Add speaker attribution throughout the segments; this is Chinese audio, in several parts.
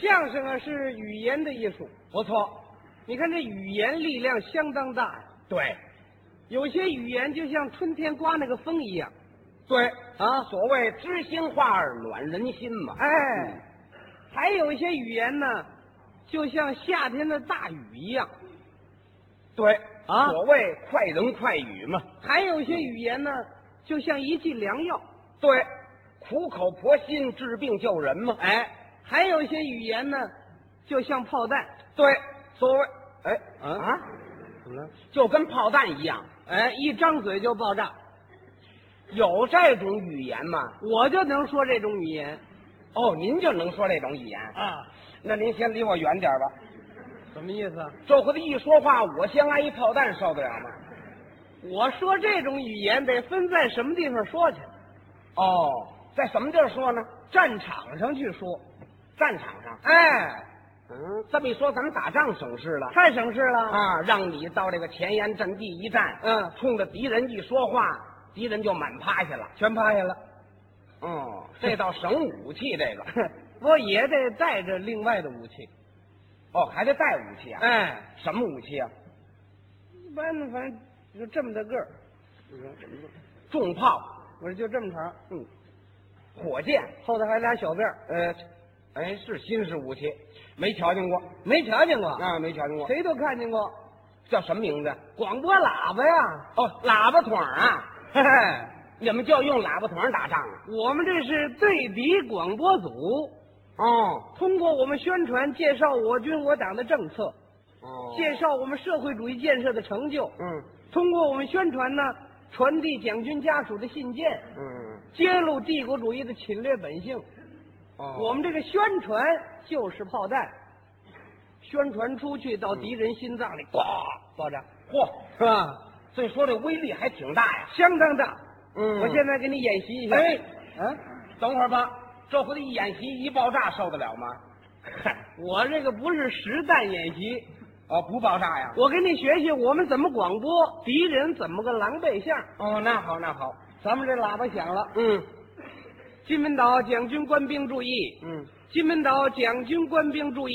Speaker 1: 相声啊是语言的艺术，
Speaker 2: 不错，
Speaker 1: 你看这语言力量相当大呀、
Speaker 2: 对，
Speaker 1: 有些语言就像春天刮那个风一样。
Speaker 2: 对
Speaker 1: 啊
Speaker 2: 所谓知心话暖人心嘛。嗯
Speaker 1: 哎，还有一些语言呢，就像夏天的大雨一样。
Speaker 2: 对
Speaker 1: 啊
Speaker 2: 所谓快人快语嘛。
Speaker 1: 还有一些语言呢，就像一剂良药。
Speaker 2: 对，苦口婆心治病救人嘛。哎，
Speaker 1: 还有一些语言呢，就像炮弹。
Speaker 2: 对，所谓哎
Speaker 1: 啊，怎么了？
Speaker 2: 就跟炮弹一样，
Speaker 1: 哎，一张嘴就爆炸，
Speaker 2: 有这种语言吗？
Speaker 1: 我就能说这种语言
Speaker 2: 哦，您就能说这种语言？
Speaker 1: 啊？
Speaker 2: 那您先离我远点吧。
Speaker 1: 什么意思啊？
Speaker 2: 这回子一说话，我先挨一炮弹，受得了吗？
Speaker 1: 我说这种语言得分在什么地方说去？
Speaker 2: 哦，在什么地儿说呢？
Speaker 1: 战场上去说。
Speaker 2: 战场上。
Speaker 1: 哎，
Speaker 2: 嗯，这么一说，咱们打仗省事了
Speaker 1: 太省事了。
Speaker 2: 啊！让你到这个前沿阵地一站，
Speaker 1: 嗯，
Speaker 2: 冲着敌人一说话，敌人就满趴下了。
Speaker 1: 全趴下了。
Speaker 2: 嗯，这倒省武器，这个
Speaker 1: 不过也得带着另外的武器。
Speaker 2: 哦，还得带武器啊？
Speaker 1: 哎，
Speaker 2: 什么武器啊？
Speaker 1: 一般的反正就这么大个儿，
Speaker 2: 重炮、
Speaker 1: 我说就这么长，嗯
Speaker 2: 火箭，
Speaker 1: 后头还俩小辫儿，
Speaker 2: 呃，哎，是新式武器，没瞧见过
Speaker 1: 没瞧见过，
Speaker 2: 啊，没瞧见过，
Speaker 1: 谁都看见过。
Speaker 2: 叫什么名字？
Speaker 1: 广播喇叭呀，
Speaker 2: 哦，喇叭筒啊！
Speaker 1: 嘿嘿，
Speaker 2: 你们就用喇叭筒打仗啊？
Speaker 1: 我们这是对敌广播组，
Speaker 2: 哦
Speaker 1: 通过我们宣传介绍我军我党的政策，
Speaker 2: 哦
Speaker 1: 介绍我们社会主义建设的成就，
Speaker 2: 嗯
Speaker 1: 通过我们宣传呢，传递蒋军家属的信件，
Speaker 2: 嗯
Speaker 1: 揭露帝国主义的侵略本性。
Speaker 2: 哦
Speaker 1: 我们这个宣传就是炮弹，宣传出去到敌人心脏里，呱爆炸，
Speaker 2: 嗯嚯，
Speaker 1: 是吧？
Speaker 2: 所以说这威力还挺大呀。
Speaker 1: 相当大。
Speaker 2: 嗯
Speaker 1: 我现在给你演习一下。
Speaker 2: 哎，
Speaker 1: 啊，
Speaker 2: 等会儿吧，这回的一演习一爆炸受得了吗？
Speaker 1: 我这个不是实弹演习，
Speaker 2: 哦，不爆炸呀？
Speaker 1: 我给你学学我们怎么广播，敌人怎么个狼狈相。
Speaker 2: 哦，那好那好，
Speaker 1: 咱们这喇叭响了，
Speaker 2: 嗯
Speaker 1: 金门岛蒋军官兵注意，
Speaker 2: 嗯，
Speaker 1: 金门岛蒋军官兵注意。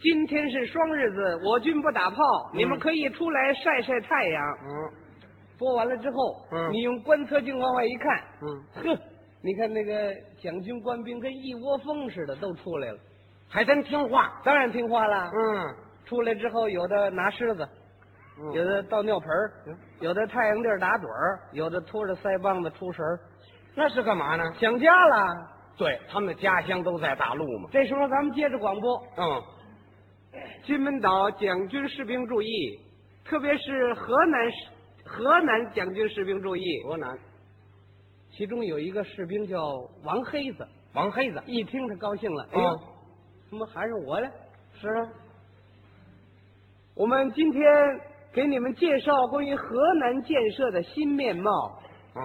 Speaker 1: 今天是双日子，我军不打炮，你们
Speaker 2: 嗯
Speaker 1: 可以出来晒晒太阳。
Speaker 2: 嗯
Speaker 1: 播完了之后，
Speaker 2: 嗯
Speaker 1: 你用观测镜往外一看，
Speaker 2: 嗯，
Speaker 1: 呵，你看那个蒋军官兵跟一窝蜂似的都出来了，
Speaker 2: 还真听话。
Speaker 1: 当然听话了。
Speaker 2: 嗯，
Speaker 1: 出来之后，有的拿狮子，有的倒尿盆儿
Speaker 2: 嗯
Speaker 1: 有的太阳地儿打盹儿，有的拖着腮帮子出神儿，
Speaker 2: 那是干嘛呢？
Speaker 1: 想家了。
Speaker 2: 对，他们的家乡都在大陆嘛。
Speaker 1: 这时候咱们接着广播：
Speaker 2: 嗯，
Speaker 1: 金门岛蒋军士兵注意，特别是河南士河南蒋军士兵注意。
Speaker 2: 河南
Speaker 1: 其中有一个士兵叫王黑子，
Speaker 2: 王黑子。
Speaker 1: 一听他高兴了，哎
Speaker 2: 哎
Speaker 1: 呦，
Speaker 2: 呦，
Speaker 1: 怎么还是我呢？
Speaker 2: 是啊，
Speaker 1: 我们今天给你们介绍关于河南建设的新面貌。
Speaker 2: 哦，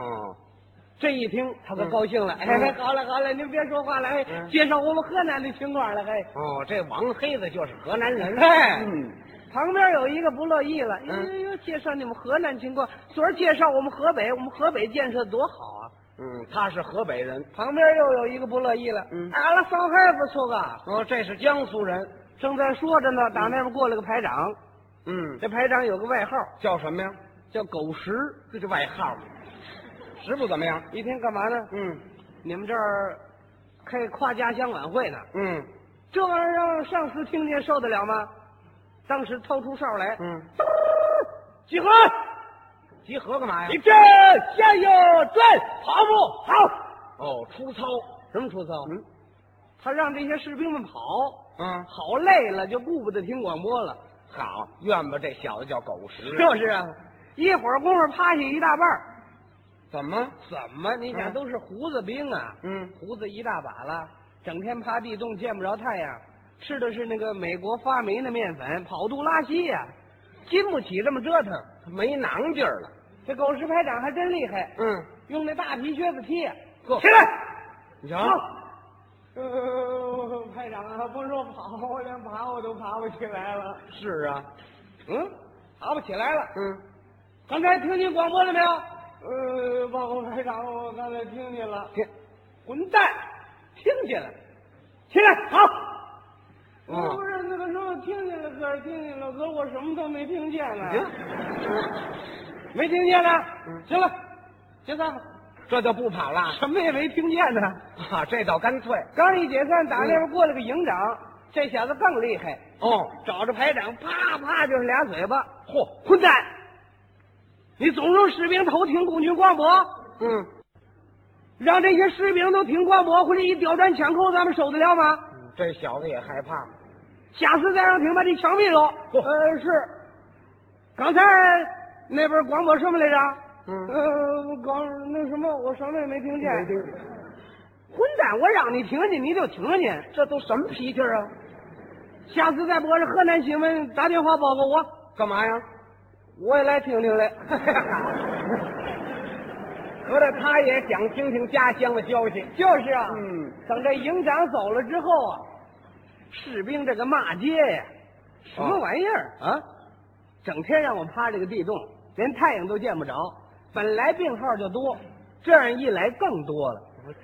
Speaker 1: 这一听，他可
Speaker 2: 嗯
Speaker 1: 高兴了。哎
Speaker 2: 嗯
Speaker 1: 哎，好了好了，您别说话了，哎
Speaker 2: 嗯
Speaker 1: 介绍我们河南的情况了。嘿，
Speaker 2: 哦，这王黑子就是河南人。
Speaker 1: 哎
Speaker 2: 嗯，
Speaker 1: 旁边有一个不乐意了，哎
Speaker 2: 嗯
Speaker 1: 呦呦，介绍你们河南情况，昨儿介绍我们河北，我们河北建设多好啊。
Speaker 2: 嗯，他是河北人。
Speaker 1: 旁边又有一个不乐意了，
Speaker 2: 嗯
Speaker 1: 啊了，上海不错吧？
Speaker 2: 哦，这是江苏人。
Speaker 1: 正在说着呢，打那边过来个排长，
Speaker 2: 嗯，
Speaker 1: 这排长有个外号
Speaker 2: 叫什么呀？
Speaker 1: 叫狗食，
Speaker 2: 这是外号，食不怎么样。
Speaker 1: 一天干嘛呢？
Speaker 2: 嗯
Speaker 1: 你们这儿开跨家乡晚会呢，
Speaker 2: 嗯
Speaker 1: 这玩意儿让上司听见受得了吗？当时掏出哨来，
Speaker 2: 嗯，
Speaker 1: 集合，
Speaker 2: 集合干嘛
Speaker 1: 立
Speaker 2: 呀？
Speaker 1: 正，向右转，跑步，好。
Speaker 2: 哦，出操。
Speaker 1: 什么出操？
Speaker 2: 嗯
Speaker 1: 他让这些士兵们跑，
Speaker 2: 嗯，
Speaker 1: 跑累了就顾不得听广播了。
Speaker 2: 好，怨吧这小子叫狗食。
Speaker 1: 就是啊，一会儿功夫趴下一大半儿
Speaker 2: 怎么？
Speaker 1: 怎么？你想
Speaker 2: 嗯
Speaker 1: 都是胡子兵啊，
Speaker 2: 嗯，
Speaker 1: 胡子一大把了，整天趴地洞见不着太阳，吃的是那个美国发霉的面粉，跑肚拉稀呀、经不起这么折腾。
Speaker 2: 没囊劲儿了。
Speaker 1: 这狗食排长还真厉害，
Speaker 2: 嗯，
Speaker 1: 用那大皮靴子踢呀。
Speaker 2: 呵
Speaker 1: 起来，
Speaker 2: 你
Speaker 1: 走
Speaker 2: 瞧，。
Speaker 1: 呃，排长啊，甭说跑，我连爬我都爬不起来了。
Speaker 2: 是啊。
Speaker 1: 嗯，爬不起来了。
Speaker 2: 嗯，
Speaker 1: 刚才听见广播了没有？呃，报告排长，我刚才听见了。
Speaker 2: 这
Speaker 1: 混蛋，听见了，起来，好，嗯不是那个时候听见了，可是听见了，可我什么都没听见呢。
Speaker 2: 没听见呢？行了，解散吧，这就不跑了。
Speaker 1: 什么也没听见呢。
Speaker 2: 啊，这倒干脆。
Speaker 1: 刚一解散，打那边过来个营长，这小子更厉害，
Speaker 2: 哦，
Speaker 1: 找着排长，啪啪就是俩嘴巴。
Speaker 2: 嚯，
Speaker 1: 混蛋！你总让士兵头听共军广播，
Speaker 2: 嗯，
Speaker 1: 让这些士兵都听广播，回去一挑战抢扣，咱们守得了吗？
Speaker 2: 这小子也害怕。
Speaker 1: 下次再让听，把你枪毙了。
Speaker 2: 嚯
Speaker 1: 呃，是。刚才那边广播什么来着？
Speaker 2: 嗯
Speaker 1: 呃，我刚那什么，我什么也没听见。
Speaker 2: 没听见
Speaker 1: 混蛋！我让你听见，你就听见。
Speaker 2: 这都什么脾气啊？
Speaker 1: 下次再不是河南新闻打电话报告我，
Speaker 2: 干嘛呀？
Speaker 1: 我也来听听 来。
Speaker 2: 合着他也想听听家乡的消息。
Speaker 1: 就是啊，
Speaker 2: 嗯，
Speaker 1: 等这营长走了之后啊，士兵这个骂街呀，什么玩意儿、啊？整天让我趴这个地洞，连太阳都见不着。本来病号就多，这样一来更多了，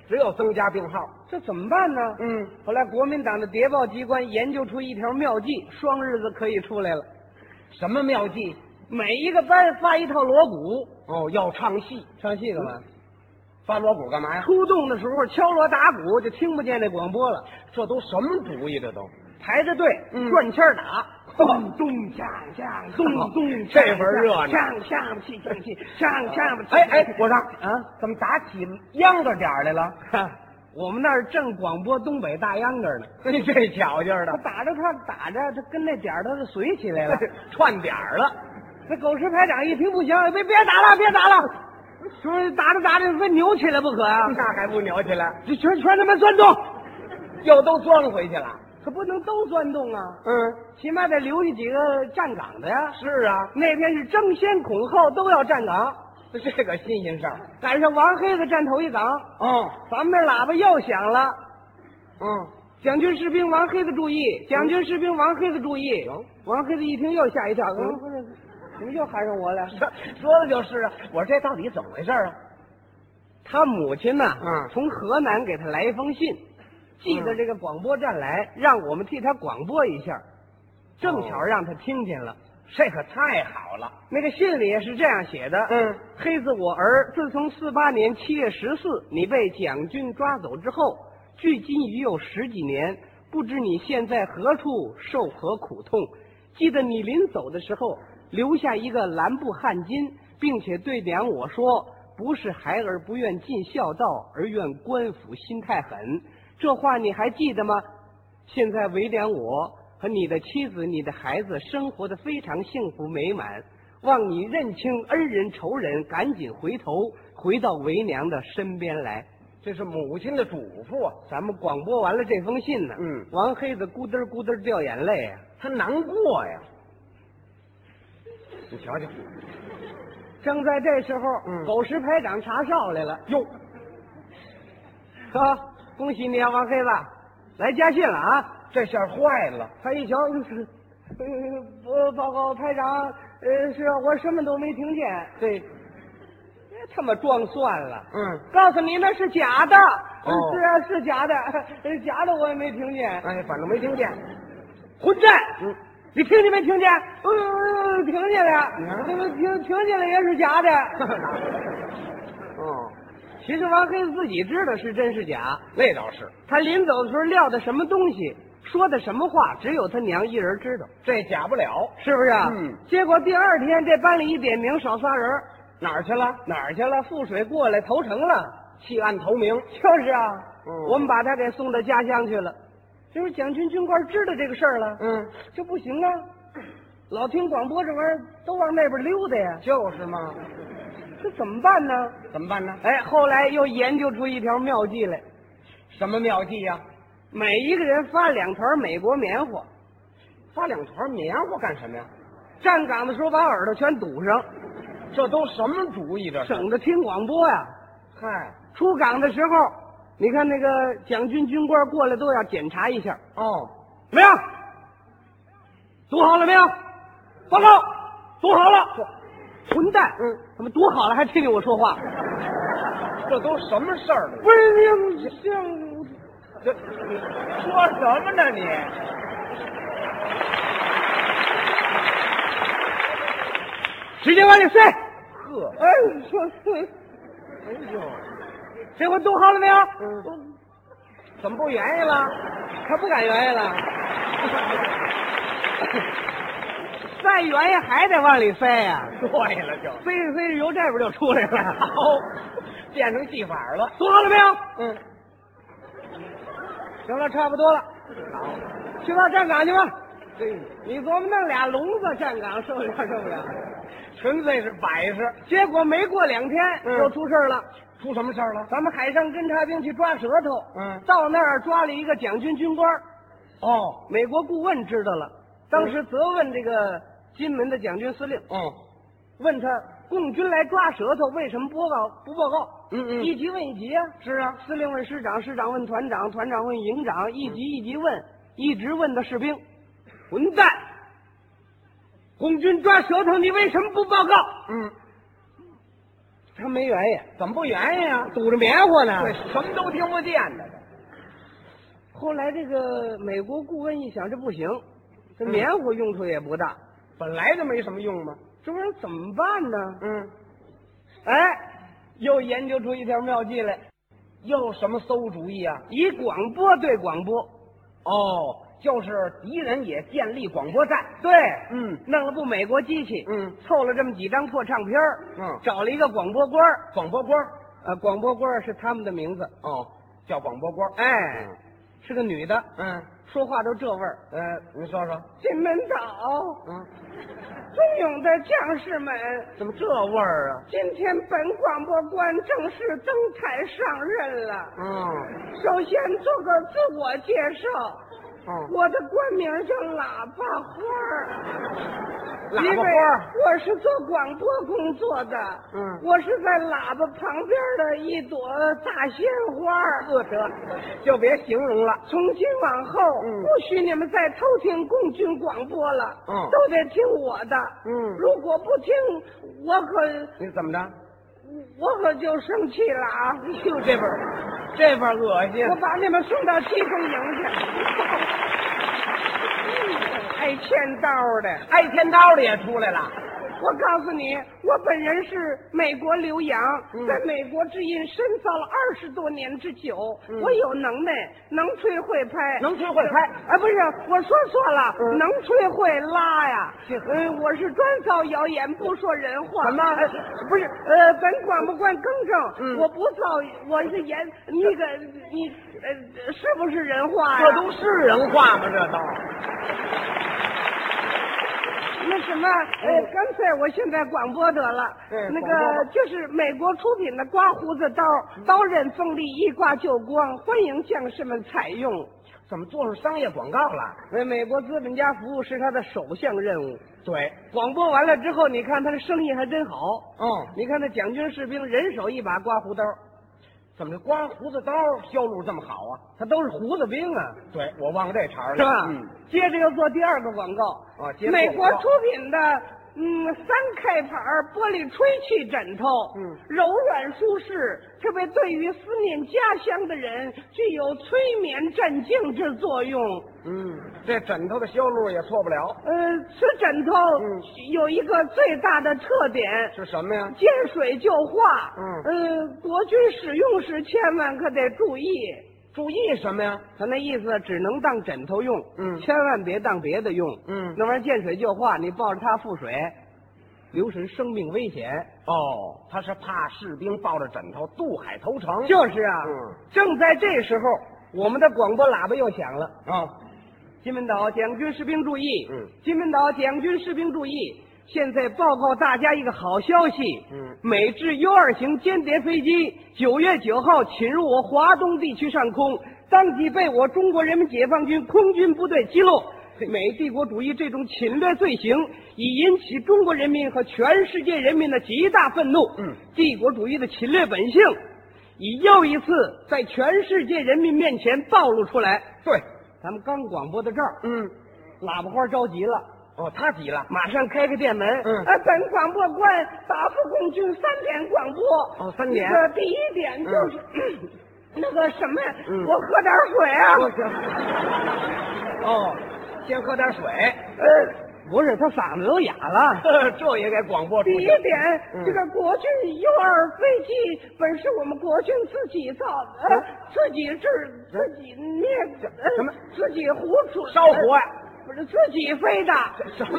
Speaker 2: 只有增加病号。
Speaker 1: 这怎么办呢？
Speaker 2: 嗯，
Speaker 1: 后来国民党的谍报机关研究出一条妙计，双日子可以出来了。
Speaker 2: 什么妙计？
Speaker 1: 每一个班发一套锣鼓，
Speaker 2: 哦，要唱戏，
Speaker 1: 唱戏干嘛？
Speaker 2: 发锣鼓干嘛呀？
Speaker 1: 出动的时候敲锣打鼓，就听不见那广播了。
Speaker 2: 这都什么主意？这都
Speaker 1: 排着队
Speaker 2: 嗯
Speaker 1: 转圈儿打，咚咚锵锵 咚咚锵锵，
Speaker 2: 这门儿热闹
Speaker 1: 锵锵气锵气，锵锵
Speaker 2: 哎哎，我让
Speaker 1: 啊，
Speaker 2: 怎么打起秧歌点儿来了？
Speaker 1: 哈我们那儿正广播东北大秧歌呢。
Speaker 2: 嘿这巧劲儿
Speaker 1: 他
Speaker 2: 的，
Speaker 1: 打着他打着，他跟那点儿他就随起 来了。
Speaker 2: 串点儿了。
Speaker 1: 那狗食排长一听不行，别别打了，别打了，说打着打着非扭起来不可 啊！
Speaker 2: 那还不扭起来？
Speaker 1: 这全全他妈钻洞，
Speaker 2: 又都装回去了。
Speaker 1: 可不能都钻洞啊，
Speaker 2: 嗯，
Speaker 1: 起码得留下几个站岗的呀。
Speaker 2: 是啊，
Speaker 1: 那天是争先恐后都要站岗，
Speaker 2: 这个新鲜事儿。
Speaker 1: 赶上王黑子站头一岗，
Speaker 2: 哦，
Speaker 1: 咱们这喇叭又响了。
Speaker 2: 嗯，
Speaker 1: 蒋军士兵王黑子注意！蒋军士兵王黑子注意！
Speaker 2: 行
Speaker 1: 王黑子一听又吓一跳，嗯，不是，怎么又喊上 我了？
Speaker 2: 说的就是啊。我说这到底怎么回事啊？
Speaker 1: 他母亲呢？
Speaker 2: 嗯
Speaker 1: 从河南给他来一封信，寄到这个广播站来，让我们替他广播一下。正巧让他听见了。
Speaker 2: 这可太好了。
Speaker 1: 那个信里是这样写的：
Speaker 2: 嗯，
Speaker 1: 黑子我儿，自从四八年七月十四你被蒋军抓走之后，距今已有十几年，不知你现在何处受何苦痛？记得你临走的时候留下一个蓝布汗巾，并且对娘我说：“不是孩儿不愿尽孝道，而愿官府心太狠。”这话你还记得吗？现在为点我和你的妻子、你的孩子生活的非常幸福美满，望你认清恩人仇人，赶紧回头回到为娘的身边来。
Speaker 2: 这是母亲的嘱咐啊，
Speaker 1: 咱们广播完了这封信呢，
Speaker 2: 嗯
Speaker 1: 王黑子咕嘚儿咕嘚儿掉眼泪啊，
Speaker 2: 她难过呀。你瞧瞧，
Speaker 1: 正在这时候，
Speaker 2: 嗯
Speaker 1: 狗食排长查哨来了，
Speaker 2: 哟，
Speaker 1: 啊，恭喜你啊，王黑子，来家信了啊！
Speaker 2: 这下坏了。
Speaker 1: 他一瞧，呃，呃报告排长，呃，是我什么都没听见，
Speaker 2: 对，
Speaker 1: 别他妈装蒜了。
Speaker 2: 嗯，
Speaker 1: 告诉你那是假的，
Speaker 2: 哦
Speaker 1: 是啊是假的，呃假的我也没听见。
Speaker 2: 哎，反正没听见。
Speaker 1: 混蛋！
Speaker 2: 嗯，
Speaker 1: 你听见没听见？呃，听见了，
Speaker 2: 嗯
Speaker 1: 这个听听见了也是 假的。
Speaker 2: 哦，
Speaker 1: 其实王黑子自己知道是真是假，
Speaker 2: 那倒是。
Speaker 1: 他临走的时候撂的什么东西，说的什么话，只有他娘一人知道，
Speaker 2: 这假不了，
Speaker 1: 是不是啊？
Speaker 2: 嗯。
Speaker 1: 结果第二天这班里一点名少仨人，
Speaker 2: 哪儿去了？
Speaker 1: 哪儿去了？富水过来投诚了。
Speaker 2: 弃暗投明。
Speaker 1: 就是啊，
Speaker 2: 嗯
Speaker 1: 我们把他给送到家乡去了。就是蒋军军官知道这个事儿了，
Speaker 2: 嗯，
Speaker 1: 这不行啊！老听广播这玩意儿都往那边溜达呀，
Speaker 2: 就是嘛。
Speaker 1: 这怎么办呢？
Speaker 2: 怎么办呢？
Speaker 1: 哎，后来又研究出一条妙计来，
Speaker 2: 什么妙计呀、
Speaker 1: 每一个人发两团美国棉花，
Speaker 2: 发两团棉花干什么呀？
Speaker 1: 站岗的时候把耳朵全堵上，
Speaker 2: 这都什么主意？这是？
Speaker 1: 省得听广播呀、
Speaker 2: 嗨，
Speaker 1: 出岗的时候，你看那个蒋军军官过来都要检查一下，
Speaker 2: 哦，
Speaker 1: 怎么样？堵好了没有？报告，堵好了。混蛋！
Speaker 2: 嗯，
Speaker 1: 怎么堵好了还听见我说话？
Speaker 2: 这都什么事儿呢？
Speaker 1: 不是你像
Speaker 2: 这你说什么呢你？直接往里塞。
Speaker 1: 呵，
Speaker 2: 哎，我
Speaker 1: 哎呦，
Speaker 2: 这回堵好了没有？
Speaker 1: 嗯，怎么不愿意了？
Speaker 2: 他不敢愿意了。
Speaker 1: 再愿意还得往里塞呀、
Speaker 2: 对了就，
Speaker 1: 塞着塞着油这边就出来了。
Speaker 2: 好，变成戏法了。
Speaker 1: 堵好了没有？
Speaker 2: 嗯，
Speaker 1: 行了，差不多了，去吧，站岗去吧。
Speaker 2: 对，
Speaker 1: 你琢磨弄俩聋子站岗受得了受不了？
Speaker 2: 纯粹是摆设。
Speaker 1: 结果没过两天
Speaker 2: 嗯
Speaker 1: 就出事儿了，
Speaker 2: 出什么事儿了？
Speaker 1: 咱们海上侦察兵去抓舌头，
Speaker 2: 嗯，
Speaker 1: 到那儿抓了一个蒋军军官，
Speaker 2: 哦，
Speaker 1: 美国顾问知道了，当时责问这个金门的蒋军司令，
Speaker 2: 嗯，
Speaker 1: 问他共军来抓舌头，为什么报告不报告？
Speaker 2: 嗯嗯
Speaker 1: 一级问一级啊。是啊，司令问师长，师长问团长，团长问营长，
Speaker 2: 嗯
Speaker 1: 一级一级问，一直问到士兵，混蛋！共军抓舌头，你为什么不报告？
Speaker 2: 嗯，
Speaker 1: 他没原因，
Speaker 2: 怎么不愿意啊？
Speaker 1: 堵着棉花呢。
Speaker 2: 对，什么都听不见的。
Speaker 1: 后来这个美国顾问一想，这不行，这
Speaker 2: 嗯
Speaker 1: 棉花用处也不大，
Speaker 2: 本来就没什么用嘛。
Speaker 1: 这玩意儿怎么办呢？
Speaker 2: 嗯，
Speaker 1: 哎，又研究出一条妙计来，
Speaker 2: 又什么馊主意啊？
Speaker 1: 以广播对广播。
Speaker 2: 哦，就是敌人也建立广播站。
Speaker 1: 对，
Speaker 2: 嗯
Speaker 1: 弄了部美国机器，
Speaker 2: 嗯，
Speaker 1: 凑了这么几张破唱片儿
Speaker 2: 嗯
Speaker 1: 找了一个广播官儿
Speaker 2: 广播官儿
Speaker 1: 呃，广播官儿是他们的名字，
Speaker 2: 哦，叫广播官儿。
Speaker 1: 哎，是个女的，
Speaker 2: 嗯，
Speaker 1: 说话都这味儿。
Speaker 2: 呃，你说说，
Speaker 1: 金门岛，
Speaker 2: 嗯，
Speaker 1: 忠勇的将士们，
Speaker 2: 怎么这味儿啊？
Speaker 1: 今天本广播官正式登台上任了。
Speaker 2: 嗯
Speaker 1: 首先做个自我介绍，
Speaker 2: 嗯，
Speaker 1: 我的官名叫喇叭花儿。
Speaker 2: 喇叭花儿
Speaker 1: 因为我是做广播工作的，
Speaker 2: 嗯
Speaker 1: 我是在喇叭旁边的一朵大鲜花儿。
Speaker 2: 不得，就别形容了。
Speaker 1: 从今往后，
Speaker 2: 嗯
Speaker 1: 不许你们再偷听共军广播了，
Speaker 2: 嗯
Speaker 1: 都得听我的。
Speaker 2: 嗯
Speaker 1: 如果不听，我可
Speaker 2: 你怎么着？
Speaker 1: 我可就生气了啊！
Speaker 2: 就这份儿，这份儿恶心
Speaker 1: 我把你们送到集中营去。哎挨欠刀的，
Speaker 2: 挨哎天刀的也出来了。
Speaker 1: 我告诉你，我本人是美国留洋，
Speaker 2: 嗯
Speaker 1: 在美国之音深造了二十多年之久，
Speaker 2: 嗯
Speaker 1: 我有能耐，能吹会拍，
Speaker 2: 能吹会拍，
Speaker 1: 啊，不是，我说错了，
Speaker 2: 嗯
Speaker 1: 能吹会拉呀
Speaker 2: 这。
Speaker 1: 嗯，我是专造谣言，不说人话。
Speaker 2: 什么
Speaker 1: 呃不是，呃，本广播官更正，
Speaker 2: 嗯
Speaker 1: 我不造，我是言，那个你呃，是不是人话呀？
Speaker 2: 这都是人话吗？这都
Speaker 1: 那什么，呃，干脆我现在广播得了。
Speaker 2: 嗯
Speaker 1: 那
Speaker 2: 广播
Speaker 1: 个
Speaker 2: 吧
Speaker 1: 就是美国出品的刮胡子刀，刀刃锋利，一刮就光，欢迎将士们采用。
Speaker 2: 怎么做上商业广告了？
Speaker 1: 为美国资本家服务是他的首项任务。
Speaker 2: 对，
Speaker 1: 广播完了之后，你看他的生意还真好。
Speaker 2: 嗯，
Speaker 1: 你看那蒋军士兵人手一把刮胡刀，
Speaker 2: 怎么这刮胡子刀销路这么好啊？
Speaker 1: 他都是胡子兵啊，
Speaker 2: 对，我忘这茬儿了，
Speaker 1: 是吧？
Speaker 2: 嗯，
Speaker 1: 接着又做第二个广告，
Speaker 2: 啊接着
Speaker 1: 美
Speaker 2: 做
Speaker 1: 国
Speaker 2: 广告
Speaker 1: 出品的嗯三 K 牌儿玻璃吹气枕头，
Speaker 2: 嗯
Speaker 1: 柔软舒适，特别对于思念家乡的人具有催眠镇静之作用。
Speaker 2: 嗯，这枕头的销路也错不了，
Speaker 1: 呃，此枕头
Speaker 2: 嗯
Speaker 1: 有一个最大的特点，
Speaker 2: 是什么呀？
Speaker 1: 见水就化。
Speaker 2: 嗯
Speaker 1: 呃，国军使用时千万可得注意。
Speaker 2: 注意什么呀？
Speaker 1: 他那意思只能当枕头用，
Speaker 2: 嗯
Speaker 1: 千万别当别的用，
Speaker 2: 嗯
Speaker 1: 那玩意儿见水就化，你抱着它赴水，留神生命危险。
Speaker 2: 哦，他是怕士兵抱着枕头渡海投诚。
Speaker 1: 就是啊，
Speaker 2: 嗯
Speaker 1: 正在这时候，我们的广播喇叭又响了。
Speaker 2: 啊，
Speaker 1: 金门岛蒋军士兵注意！
Speaker 2: 嗯
Speaker 1: 金门岛蒋军士兵注意！现在报告大家一个好消息。
Speaker 2: 嗯
Speaker 1: 美制 U 二型间谍飞机九月九号侵入我华东地区上空，当即被我中国人民解放军空军部队击落。美帝国主义这种侵略罪行已引起中国人民和全世界人民的极大愤怒。
Speaker 2: 嗯，
Speaker 1: 帝国主义的侵略本性已又一次在全世界人民面前暴露出来。
Speaker 2: 对，
Speaker 1: 咱们刚广播到这儿，
Speaker 2: 嗯，
Speaker 1: 喇叭花着急了，
Speaker 2: 哦，他急了。
Speaker 1: 马上开开店门。
Speaker 2: 嗯
Speaker 1: 呃，本广播官答复共军三点广播。
Speaker 2: 哦三点
Speaker 1: 那个第一点就是、 那个什么，
Speaker 2: 嗯
Speaker 1: 我喝点水啊。
Speaker 2: 哦，先喝点水。
Speaker 3: 呃，不是，他嗓子都哑了。
Speaker 2: 这也给广播出
Speaker 1: 第一
Speaker 2: 去。
Speaker 1: 点，
Speaker 2: 嗯
Speaker 1: 这个国军 U 二飞机本是我们国军自己造的，呃自己制、自己捏的，呃
Speaker 2: 嗯什么
Speaker 1: 自己胡煮的
Speaker 2: 烧火啊
Speaker 1: 不是自己飞的，
Speaker 2: 什么？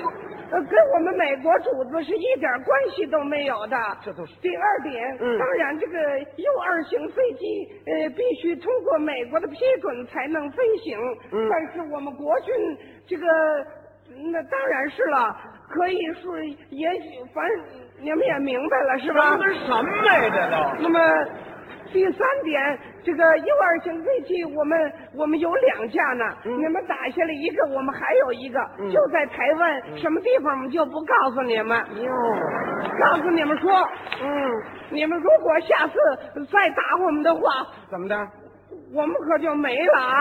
Speaker 1: 呃，跟我们美国主子是一点关系都没有的。
Speaker 2: 这都是
Speaker 1: 第二点，
Speaker 2: 嗯
Speaker 1: 当然这个 U 二型飞机，呃，必须通过美国的批准才能飞行。
Speaker 2: 嗯
Speaker 1: 但是我们国军这个，那当然是了、可以说，也许反你们也明白了是吧？
Speaker 2: 这什么呀？这都。
Speaker 1: 那么第三点，这个 U 二型飞机，我们我们有两架呢，你们打下来一个，我们还有一个，就在台湾、什么地方，我们就不告诉你们。告诉你们说，嗯，你们如果下次再打我们的话，
Speaker 2: 怎么的？
Speaker 1: 我们可就没了啊！